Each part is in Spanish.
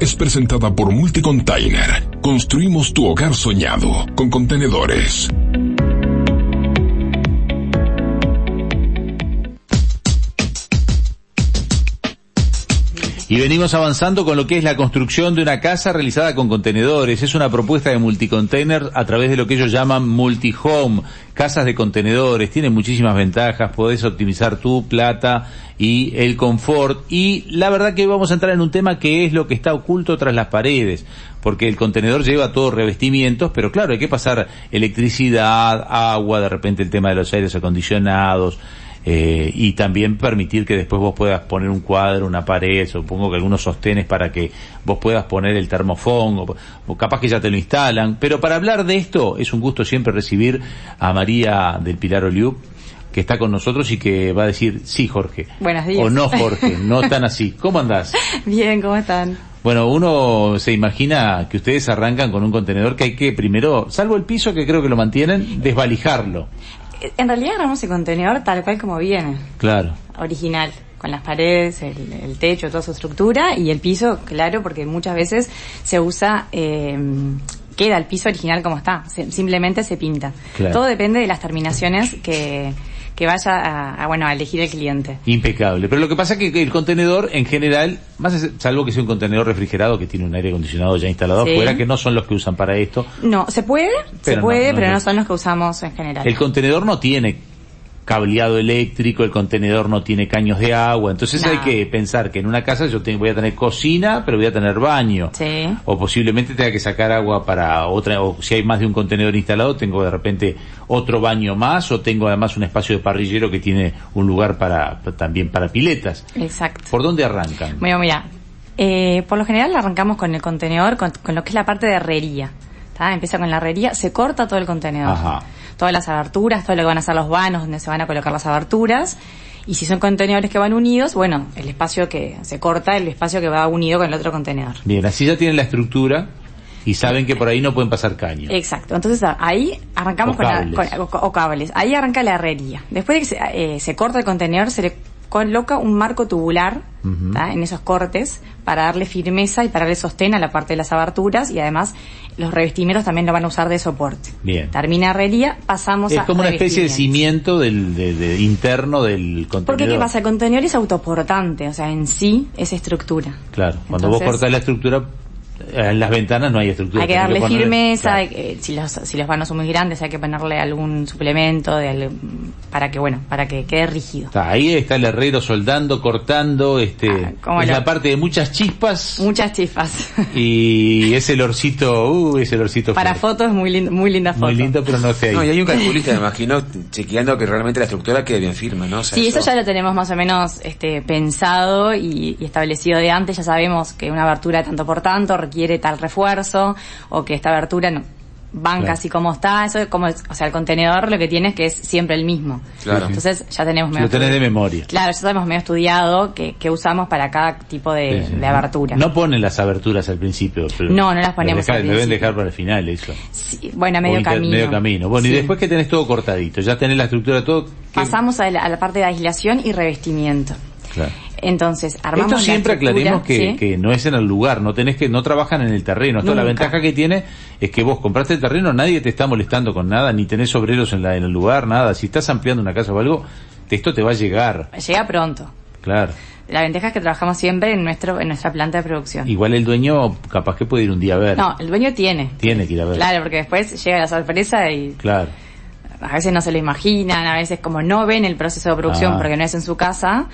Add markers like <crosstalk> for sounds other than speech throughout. es presentada por Multicontainer. Construimos tu hogar soñado con contenedores. Y venimos avanzando con lo que es la construcción de una casa realizada con contenedores. Es una propuesta de multicontainer a través de lo que ellos llaman multihome, casas de contenedores. Tienen muchísimas ventajas, podés optimizar tu plata y el confort. Y la verdad que hoy vamos a entrar en un tema que es lo que está oculto tras las paredes, porque el contenedor lleva todos revestimientos, pero claro, hay que pasar electricidad, agua, de repente el tema de los aires acondicionados. Eh, y también permitir que después vos puedas poner un cuadro, una pared, supongo que algunos sostenes para que vos puedas poner el termofón, o, o, capaz que ya te lo instalan. Pero para hablar de esto, es un gusto siempre recibir a María del Pilar Oliu, que está con nosotros y que va a decir, sí Jorge. Buenos días. O no Jorge, no tan así. ¿Cómo andás? <laughs> Bien, ¿cómo están? Bueno, uno se imagina que ustedes arrancan con un contenedor que hay que primero, salvo el piso que creo que lo mantienen, desvalijarlo en realidad agarramos el contenedor tal cual como viene. Claro. Original, con las paredes, el, el techo, toda su estructura y el piso, claro, porque muchas veces se usa, eh, queda el piso original como está, se, simplemente se pinta. Claro. Todo depende de las terminaciones que, que vaya a, a, bueno, a elegir el cliente. Impecable. Pero lo que pasa es que el contenedor en general, más salvo que sea un contenedor refrigerado que tiene un aire acondicionado ya instalado sí. afuera, que no son los que usan para esto. No, se puede, se puede, no, no, pero no, no son los que usamos en general. El contenedor no tiene cableado eléctrico, el contenedor no tiene caños de agua, entonces hay que pensar que en una casa yo te, voy a tener cocina, pero voy a tener baño, sí. o posiblemente tenga que sacar agua para otra, o si hay más de un contenedor instalado, tengo de repente otro baño más, o tengo además un espacio de parrillero que tiene un lugar para también para piletas. Exacto. ¿Por dónde arrancan? Bueno, mira, eh, por lo general arrancamos con el contenedor, con, con lo que es la parte de herrería. ¿tá? Empieza con la herrería, se corta todo el contenedor. Ajá todas las aberturas, todo lo que van a ser los vanos donde se van a colocar las aberturas. Y si son contenedores que van unidos, bueno, el espacio que se corta, el espacio que va unido con el otro contenedor. Bien, así ya tienen la estructura y saben que por ahí no pueden pasar caños. Exacto, entonces ah, ahí arrancamos o cables. con, la, con o, o cables. Ahí arranca la herrería. Después de que se, eh, se corta el contenedor, se le coloca un marco tubular uh -huh. en esos cortes para darle firmeza y para darle sostén a la parte de las aberturas y además los revestimientos también lo van a usar de soporte. Bien. Termina herrería, pasamos es a Es como una especie de cimiento del, de, de, interno del contenedor. Porque ¿qué pasa? El contenedor es autoportante, o sea, en sí es estructura. Claro, cuando Entonces, vos cortas la estructura eh, en las ventanas no hay estructura. Hay que darle que firmeza, claro. eh, si, los, si los vanos son muy grandes hay que ponerle algún suplemento de algún, para que bueno, para que quede rígido. Está, ahí está el herrero soldando, cortando, este, ah, es lo... la parte de muchas chispas. Muchas chispas. Y ese olorcito, uh, ese olorcito. Para fotos es muy lindo, muy linda foto. Muy lindo, pero no sé ahí. No, y hay un calculista, me imagino, chequeando que realmente la estructura quede bien firme, ¿no? O sea, sí, eso... eso... ya lo tenemos más o menos este, pensado y, y establecido de antes, ya sabemos que una abertura de tanto por tanto requiere tal refuerzo o que esta abertura no banca claro. así como está, eso es como, o sea, el contenedor lo que tiene es que es siempre el mismo. Claro. Entonces ya tenemos medio Lo tenés de memoria. Claro, ya sabemos medio estudiado que, que usamos para cada tipo de, sí, sí. de abertura. No ponen las aberturas al principio. Pero no, no las ponemos dejar, al principio. deben dejar para el final eso. Sí, bueno, a medio inter, camino. Medio camino. Bueno, y después que tenés todo cortadito, ya tenés la estructura todo. ¿qué? Pasamos a la, a la parte de aislación y revestimiento. Claro. Entonces, armamos Esto siempre aclaremos que, ¿sí? que, no es en el lugar, no tenés que, no trabajan en el terreno. Esto la ventaja que tiene es que vos compraste el terreno, nadie te está molestando con nada, ni tenés obreros en, la, en el lugar, nada. Si estás ampliando una casa o algo, esto te va a llegar. Llega pronto. Claro. La ventaja es que trabajamos siempre en nuestro en nuestra planta de producción. Igual el dueño capaz que puede ir un día a ver. No, el dueño tiene. Tiene que ir a ver. Claro, porque después llega la sorpresa y... Claro a veces no se lo imaginan, a veces como no ven el proceso de producción ah. porque no es en su casa.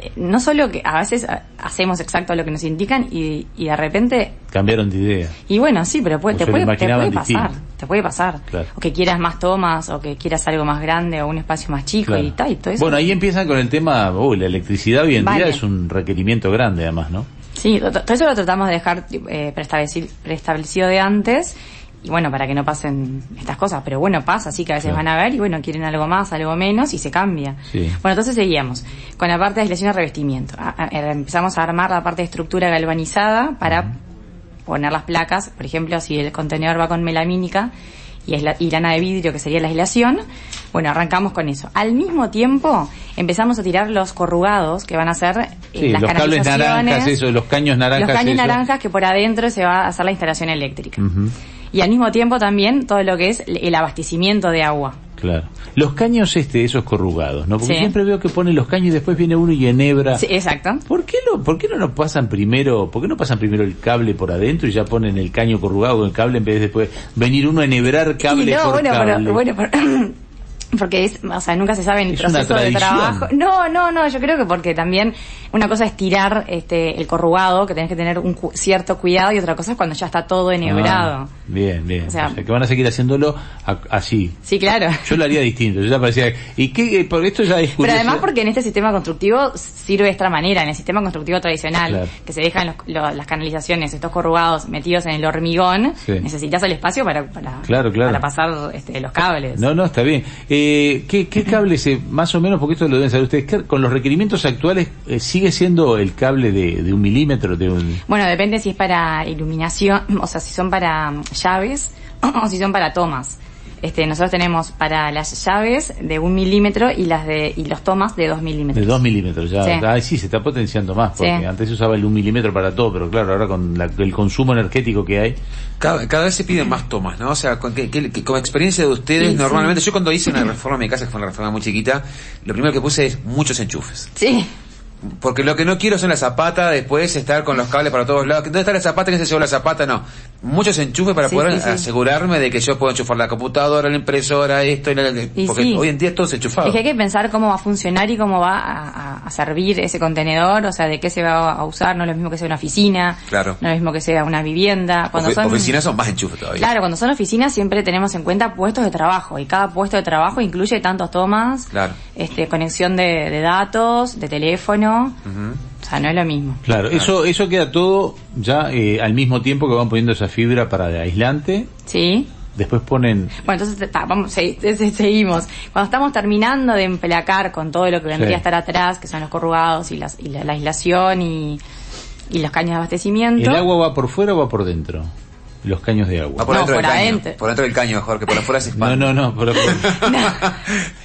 Eh, no solo que a veces eh, hacemos exacto lo que nos indican y, y de repente... Cambiaron de idea. Y bueno, sí, pero puede, te, puede, te, puede, pasar, te puede pasar. Claro. O que quieras más tomas, o que quieras algo más grande, o un espacio más chico claro. y tal, y todo eso. Bueno, ahí empiezan con el tema, uy, oh, la electricidad hoy en vale. día es un requerimiento grande además, ¿no? Sí, todo eso lo tratamos de dejar eh, preestablecido de antes y bueno, para que no pasen estas cosas, pero bueno, pasa, sí que a veces claro. van a ver y bueno, quieren algo más, algo menos y se cambia. Sí. Bueno, entonces seguíamos con la parte de aislación y revestimiento. A, a, empezamos a armar la parte de estructura galvanizada para uh -huh. poner las placas, por ejemplo, si el contenedor va con melamínica y, isla, y lana de vidrio, que sería la aislación. Bueno, arrancamos con eso. Al mismo tiempo, empezamos a tirar los corrugados, que van a ser eh, Sí, las los cables canalizaciones, naranjas, eso, los caños naranjas. los caños eso. naranjas que por adentro se va a hacer la instalación eléctrica. Ujú. Y al mismo tiempo también todo lo que es el abastecimiento de agua. Claro. Los caños este, esos corrugados, ¿no? Porque Sí. siempre veo que ponen los caños y después viene uno y enhebra. Sí, exacto. ¿Por qué, lo, ¿Por qué no nos pasan primero, por qué no pasan primero el cable por adentro y ya ponen el caño corrugado en el cable en vez de después venir uno a enhebrar cable Y no, por bueno, cable? pero- bueno, pero- <clears throat> porque es, o sea, nunca se sabe en el Es una proceso de tradición. trabajo. No, no, no, yo creo que porque también una cosa es tirar este, el corrugado, que tenés que tener un cu- cierto cuidado, y otra cosa es cuando ya está todo enhebrado. Ah, bien, bien. O O sea, sea- que van a seguir haciéndolo a- así. Sí, claro. Yo lo haría distinto, yo ya parecía, y qué, Eh, porque esto ya Pues es Pero curiosidad. además porque en este sistema constructivo sirve de esta manera, en el sistema constructivo tradicional, Claro. que se dejan los- lo- las canalizaciones, estos corrugados metidos en el hormigón, Sí. necesitas el espacio para, para, Claro, claro. para pasar este, los cables. No, no, está bien. Eh, ¿qué, <laughs> ¿Qué cable se, más o menos, porque esto lo deben saber ustedes, ¿qué- con los requerimientos actuales eh, sigue siendo el cable de, de un milímetro? De un... Bueno, depende si es para iluminación, <laughs> o sea, si son para mm, llaves <laughs> o si son para tomas. Este, nosotros tenemos para las llaves de un milímetro y las de y los tomas de dos milímetros. De 2 milímetros, ya. Sí. Ah, sí, se está potenciando más, porque Sí. antes se usaba el 1 milímetro para todo, pero claro, ahora con la- el consumo energético que hay. Cada, cada vez se piden más tomas, ¿no? O sea, con, que- que- que con experiencia de ustedes, Sí, normalmente, yo cuando hice una reforma en mi casa, que fue una reforma muy chiquita, lo primero que puse es muchos enchufes. Sí, Porque lo que no quiero son las zapatas, después estar con los cables para todos lados. ¿Dónde está la zapata? ¿Quién se llevó la zapata? No. Muchos enchufes para Sí, poder sí, sí. asegurarme de que yo puedo enchufar la computadora, la impresora, esto, y la, la- Y porque sí. hoy en día es todo es enchufado. es que hay que pensar cómo va a funcionar y cómo va a, a- a servir ese contenedor, o sea, de qué se va a usar, no es lo mismo que sea una oficina, Claro. no es lo mismo que sea una vivienda. Cuando Ofi- son, Oficinas son más enchufes todavía. Claro, cuando son oficinas siempre tenemos en cuenta puestos de trabajo y cada puesto de trabajo incluye tantos tomas, Claro. este, conexión de, de datos, de teléfono, o sea, no es lo mismo. Claro, eso eso queda todo ya eh, al mismo tiempo que van poniendo esa fibra para de aislante, ¿Sí? después ponen... Bueno, entonces ta, vamos, se- se- seguimos. Cuando estamos terminando de emplacar con todo lo que vendría Sí. a estar atrás, que son los corrugados y, las, y la, la aislación y, y los caños de abastecimiento. ¿El agua va por fuera o va por dentro? Los caños de agua. Va por No, dentro por del caño. adentro. Por dentro del caño mejor, que por <clears throat> afuera se No, expande. no, no, por, <laughs> por-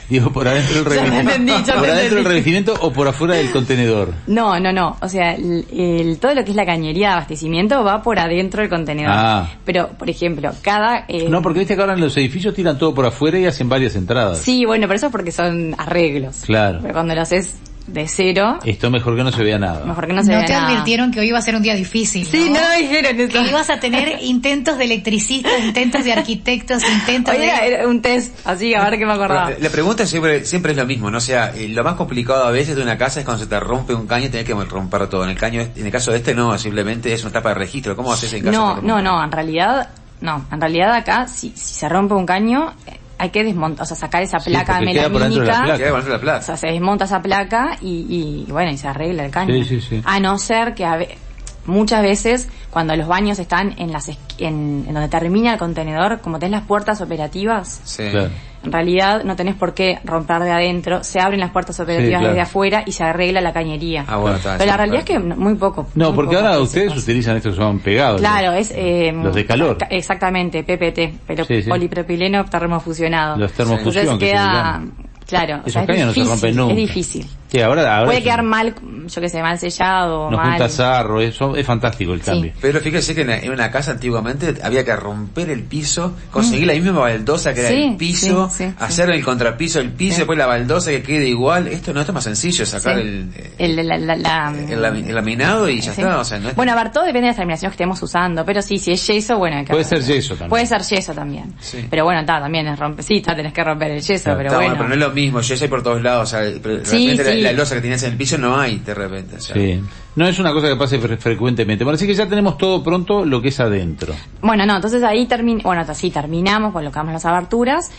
digo, por adentro del Ya te entendí, revestimiento. ya te por adentro del entendí. revestimiento o por afuera del contenedor. No, no, no. O sea, el, el- todo lo que es la cañería de abastecimiento va por adentro del contenedor. Ah. Pero, por ejemplo, cada... eh, No, porque viste que ahora en los edificios tiran todo por afuera y hacen varias entradas. Sí, bueno, pero eso es porque son arreglos. Claro. Eh. Pero cuando lo haces de cero, Esto mejor que no se vea nada. mejor que no se no vea te nada. advirtieron que hoy iba a ser un día difícil. Sí, no, ¿no? dijeron eso. Que ibas a tener intentos de electricistas, intentos de arquitectos, intentos Hoy de... era, era un test, así, a ver qué me acordaba. La pregunta siempre, siempre es lo mismo, ¿no? O sea, eh, lo más complicado a veces de una casa es cuando se te rompe un caño y tenés que romper todo. En el caño, en el caso de este no, simplemente es una tapa de registro. ¿Cómo haces en caso No, de no, no, en realidad, no, en realidad acá, si, si se rompe un caño, eh, hay que desmontar, o sea, sacar esa Sí, placa porque queda por dentro de la melamínica. placa. Queda con la O plaza. sea, se desmonta esa placa y, y, bueno, y se arregla el caño. Sí, sí, sí. A no ser que a ve- muchas veces cuando los baños están en las esqui- en, en donde termina el contenedor, como tenés las puertas operativas, Sí. Claro. en realidad no tenés por qué romper de adentro, se abren las puertas operativas claro. desde afuera y se arregla la cañería. Ah, bueno, está, Pero la sí, realidad claro. es que no- muy poco. No, muy porque pocas ahora veces ustedes pasa. utilizan estos que son pegados. Claro, ¿no? es... eh, Los de calor. ca- Exactamente, PPT, pero Sí, sí. polipropileno termofusionado. Los termofusión, Entonces que se queda... llaman. Claro, o Esos sea, es caños no se difícil, rompen nunca. Es difícil. Sí, ahora, ahora Puede es- quedar mal, yo que sé, mal sellado, Nos mal. junta sarro, eso es fantástico el cambio. Pero fíjese que en, en una casa antiguamente había que romper el piso, conseguir la misma baldosa que era Mm. Sí, el piso, sí, sí, hacer el contrapiso del piso, después la baldosa que quede igual. Esto no, esto es más sencillo, sacar Sí. el, eh, El, la- la- la- el lami- el laminado y ya sí. está. O sea, no es- Bueno, a ver, todo depende de las terminaciones que estemos usando, pero sí, si es yeso, bueno, hay que Puede ser yeso también. Puede ser yeso también. Sí. Pero bueno, está, también es rompe, sí, está, tenés que romper el yeso, Claro, pero Está bueno. bueno, pero no es lo mismo, yo soy por todos lados, o sea, de repente Sí, la- sí. la, losa que tenías en el piso no hay de repente. o sea. Sí. No es una cosa que pase fre- frecuentemente. Bueno, así que ya tenemos todo pronto lo que es adentro. Bueno, no, entonces ahí termin bueno, así terminamos, colocamos las aberturas,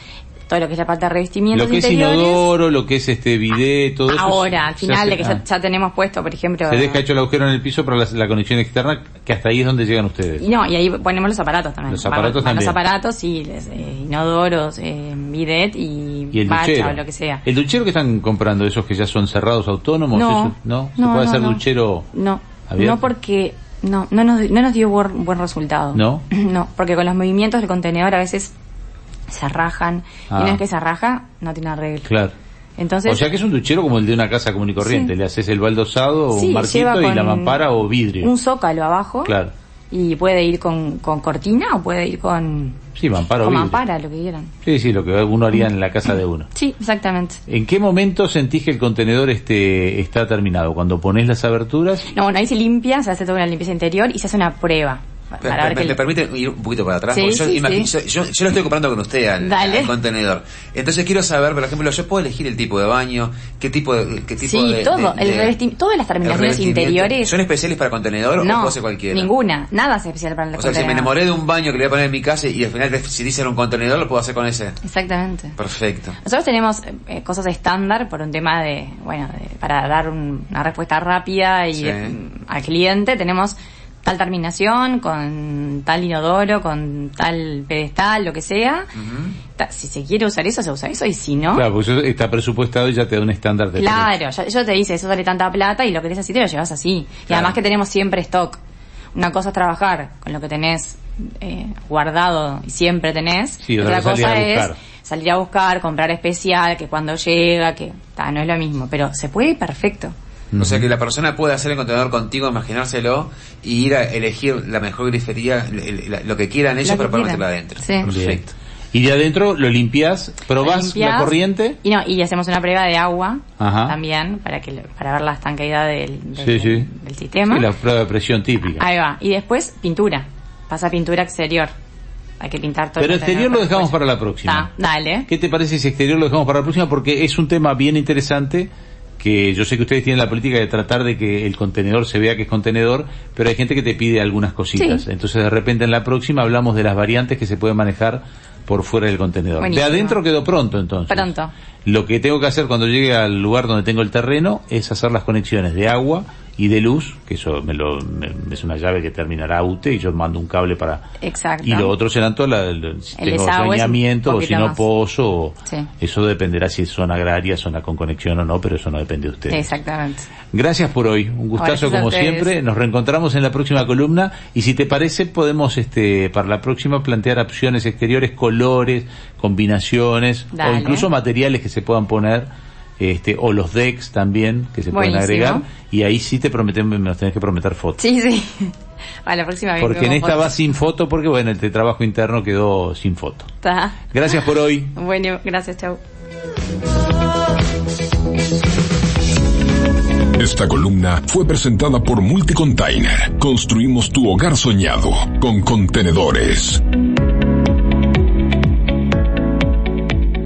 todo lo que es la parte de revestimientos Lo que es interiores. Ah, inodoro, lo que es este bidet, todo eso. Ahora, se- al se final hace- de que ya, ah, ya tenemos puesto, por ejemplo... se deja hecho el agujero en el piso para la, la conexión externa, que hasta ahí es donde llegan ustedes. Y no, y ahí ponemos los aparatos también. Los aparatos Van- van también. Los aparatos, sí, les, eh, inodoros, eh, bidet y, Y el bacha duchero. o lo que sea. El duchero que están comprando, esos que ya son cerrados autónomos, eso- ¿no? ¿Se puede hacer no. duchero No, abierto? no porque no, <clears throat> no, nos, no nos dio buen, buen resultado. ¿No? No, porque con los movimientos del contenedor a veces se rajan. Ah. Y una vez que se raja, no tiene arreglo. Claro. Entonces, o sea que es un duchero como el de una casa común y corriente. Sí. Le haces el baldosado o Sí, un lleva marquito y con la mampara o vidrio. un zócalo abajo. Claro. Y puede ir con, con cortina o puede ir con, Sí, mampara o con vidrio. mampara, lo que quieran. Sí, sí, lo que uno haría en la casa de uno. Sí, exactamente. ¿En qué momento sentís que el contenedor este está terminado? ¿Cuando ponés las aberturas? No, bueno, ahí se limpia, se hace toda una limpieza interior y se hace una prueba. Para Pero, ver ¿Me, que el- me permite ir un poquito para atrás? Sí, Porque yo, sí, imagino- sí. yo- yo lo estoy comprando con usted al, Dale. al contenedor. Entonces quiero saber, por ejemplo, yo puedo elegir el tipo de baño, qué tipo de... Qué tipo Sí, de- todo. de- el de- revestim- todas las el terminaciones revestimiento. interiores. ¿Son especiales para contenedor o no, puedo hacer cualquiera? ninguna. Nada es especial para el O sea, si me contenedor. enamoré de un baño que le voy a poner en mi casa y al final si dice un contenedor, lo puedo hacer con ese. Exactamente. Perfecto. Nosotros tenemos eh, cosas estándar por un tema de, bueno, de- para dar un- una respuesta rápida y Sí. eh, al cliente tenemos tal terminación, con tal inodoro, con tal pedestal, lo que sea. Ta- Si se quiere usar eso, se usa eso y si no, Claro, porque eso está presupuestado y ya te da un estándar de Claro, ya- yo te dice, eso sale tanta plata y lo querés así, te lo llevas así. Y Claro. además que tenemos siempre stock. Una cosa es trabajar con lo que tenés eh, guardado y siempre tenés. Sí, otra cosa cosa salir a es buscar. salir a buscar, comprar especial, que cuando llega, que ta, no es lo mismo, pero se puede perfecto. O sea que la persona puede hacer el contenedor contigo, imaginárselo y ir a elegir la mejor grifería, el- el- la- lo que quieran ellos Lo que para poder quieran. meterlo adentro. Sí. Perfecto. Perfecto. Y de adentro lo limpias, probás Limpiás. la corriente. Y no, y hacemos una prueba de agua Ajá. también para que lo- para ver la estanqueidad del, del, Sí, sí. del sistema. Sí, la prueba de presión típica. Ahí va. Y después pintura. Pasa pintura exterior. Hay que pintar todo. el Pero exterior lo contenedor dejamos después. para la próxima. Ta, dale. ¿Qué te parece si exterior lo dejamos para la próxima? Porque es un tema bien interesante que yo sé que ustedes tienen la política de tratar de que el contenedor se vea que es contenedor, pero hay gente que te pide algunas cositas. Sí. Entonces de repente en la próxima hablamos de las variantes que se pueden manejar por fuera del contenedor. Buenísimo. De adentro quedó pronto entonces. Pronto. Lo que tengo que hacer cuando llegue al lugar donde tengo el terreno es hacer las conexiones de agua y de luz, que eso me lo- me- es una llave que terminará UTE y yo mando un cable para, Exacto. y lo otro serán todos la- la- si El tengo desagüe es un soñamiento o si poquito no más. pozo. o- Sí. Eso dependerá si es zona agraria, zona con conexión o no, pero eso no depende de ustedes. Exactamente. Gracias por hoy. Un gustazo Gracias a como ustedes. siempre. Nos reencontramos en la próxima columna y si te parece podemos este para la próxima plantear opciones exteriores, colores, combinaciones o Dale. incluso materiales que se puedan poner este o los decks también que se pueden Buenísimo. agregar y ahí sí te prometemos nos tenés que prometer fotos. Sí, <laughs> sí. A la próxima vez. Porque en vemos esta va <laughs> fotos. sin foto porque bueno, el trabajo interno quedó sin foto. Ta. Gracias por hoy. Bueno, gracias, chau. Esta columna fue presentada por Multicontainer. Construimos tu hogar soñado con contenedores.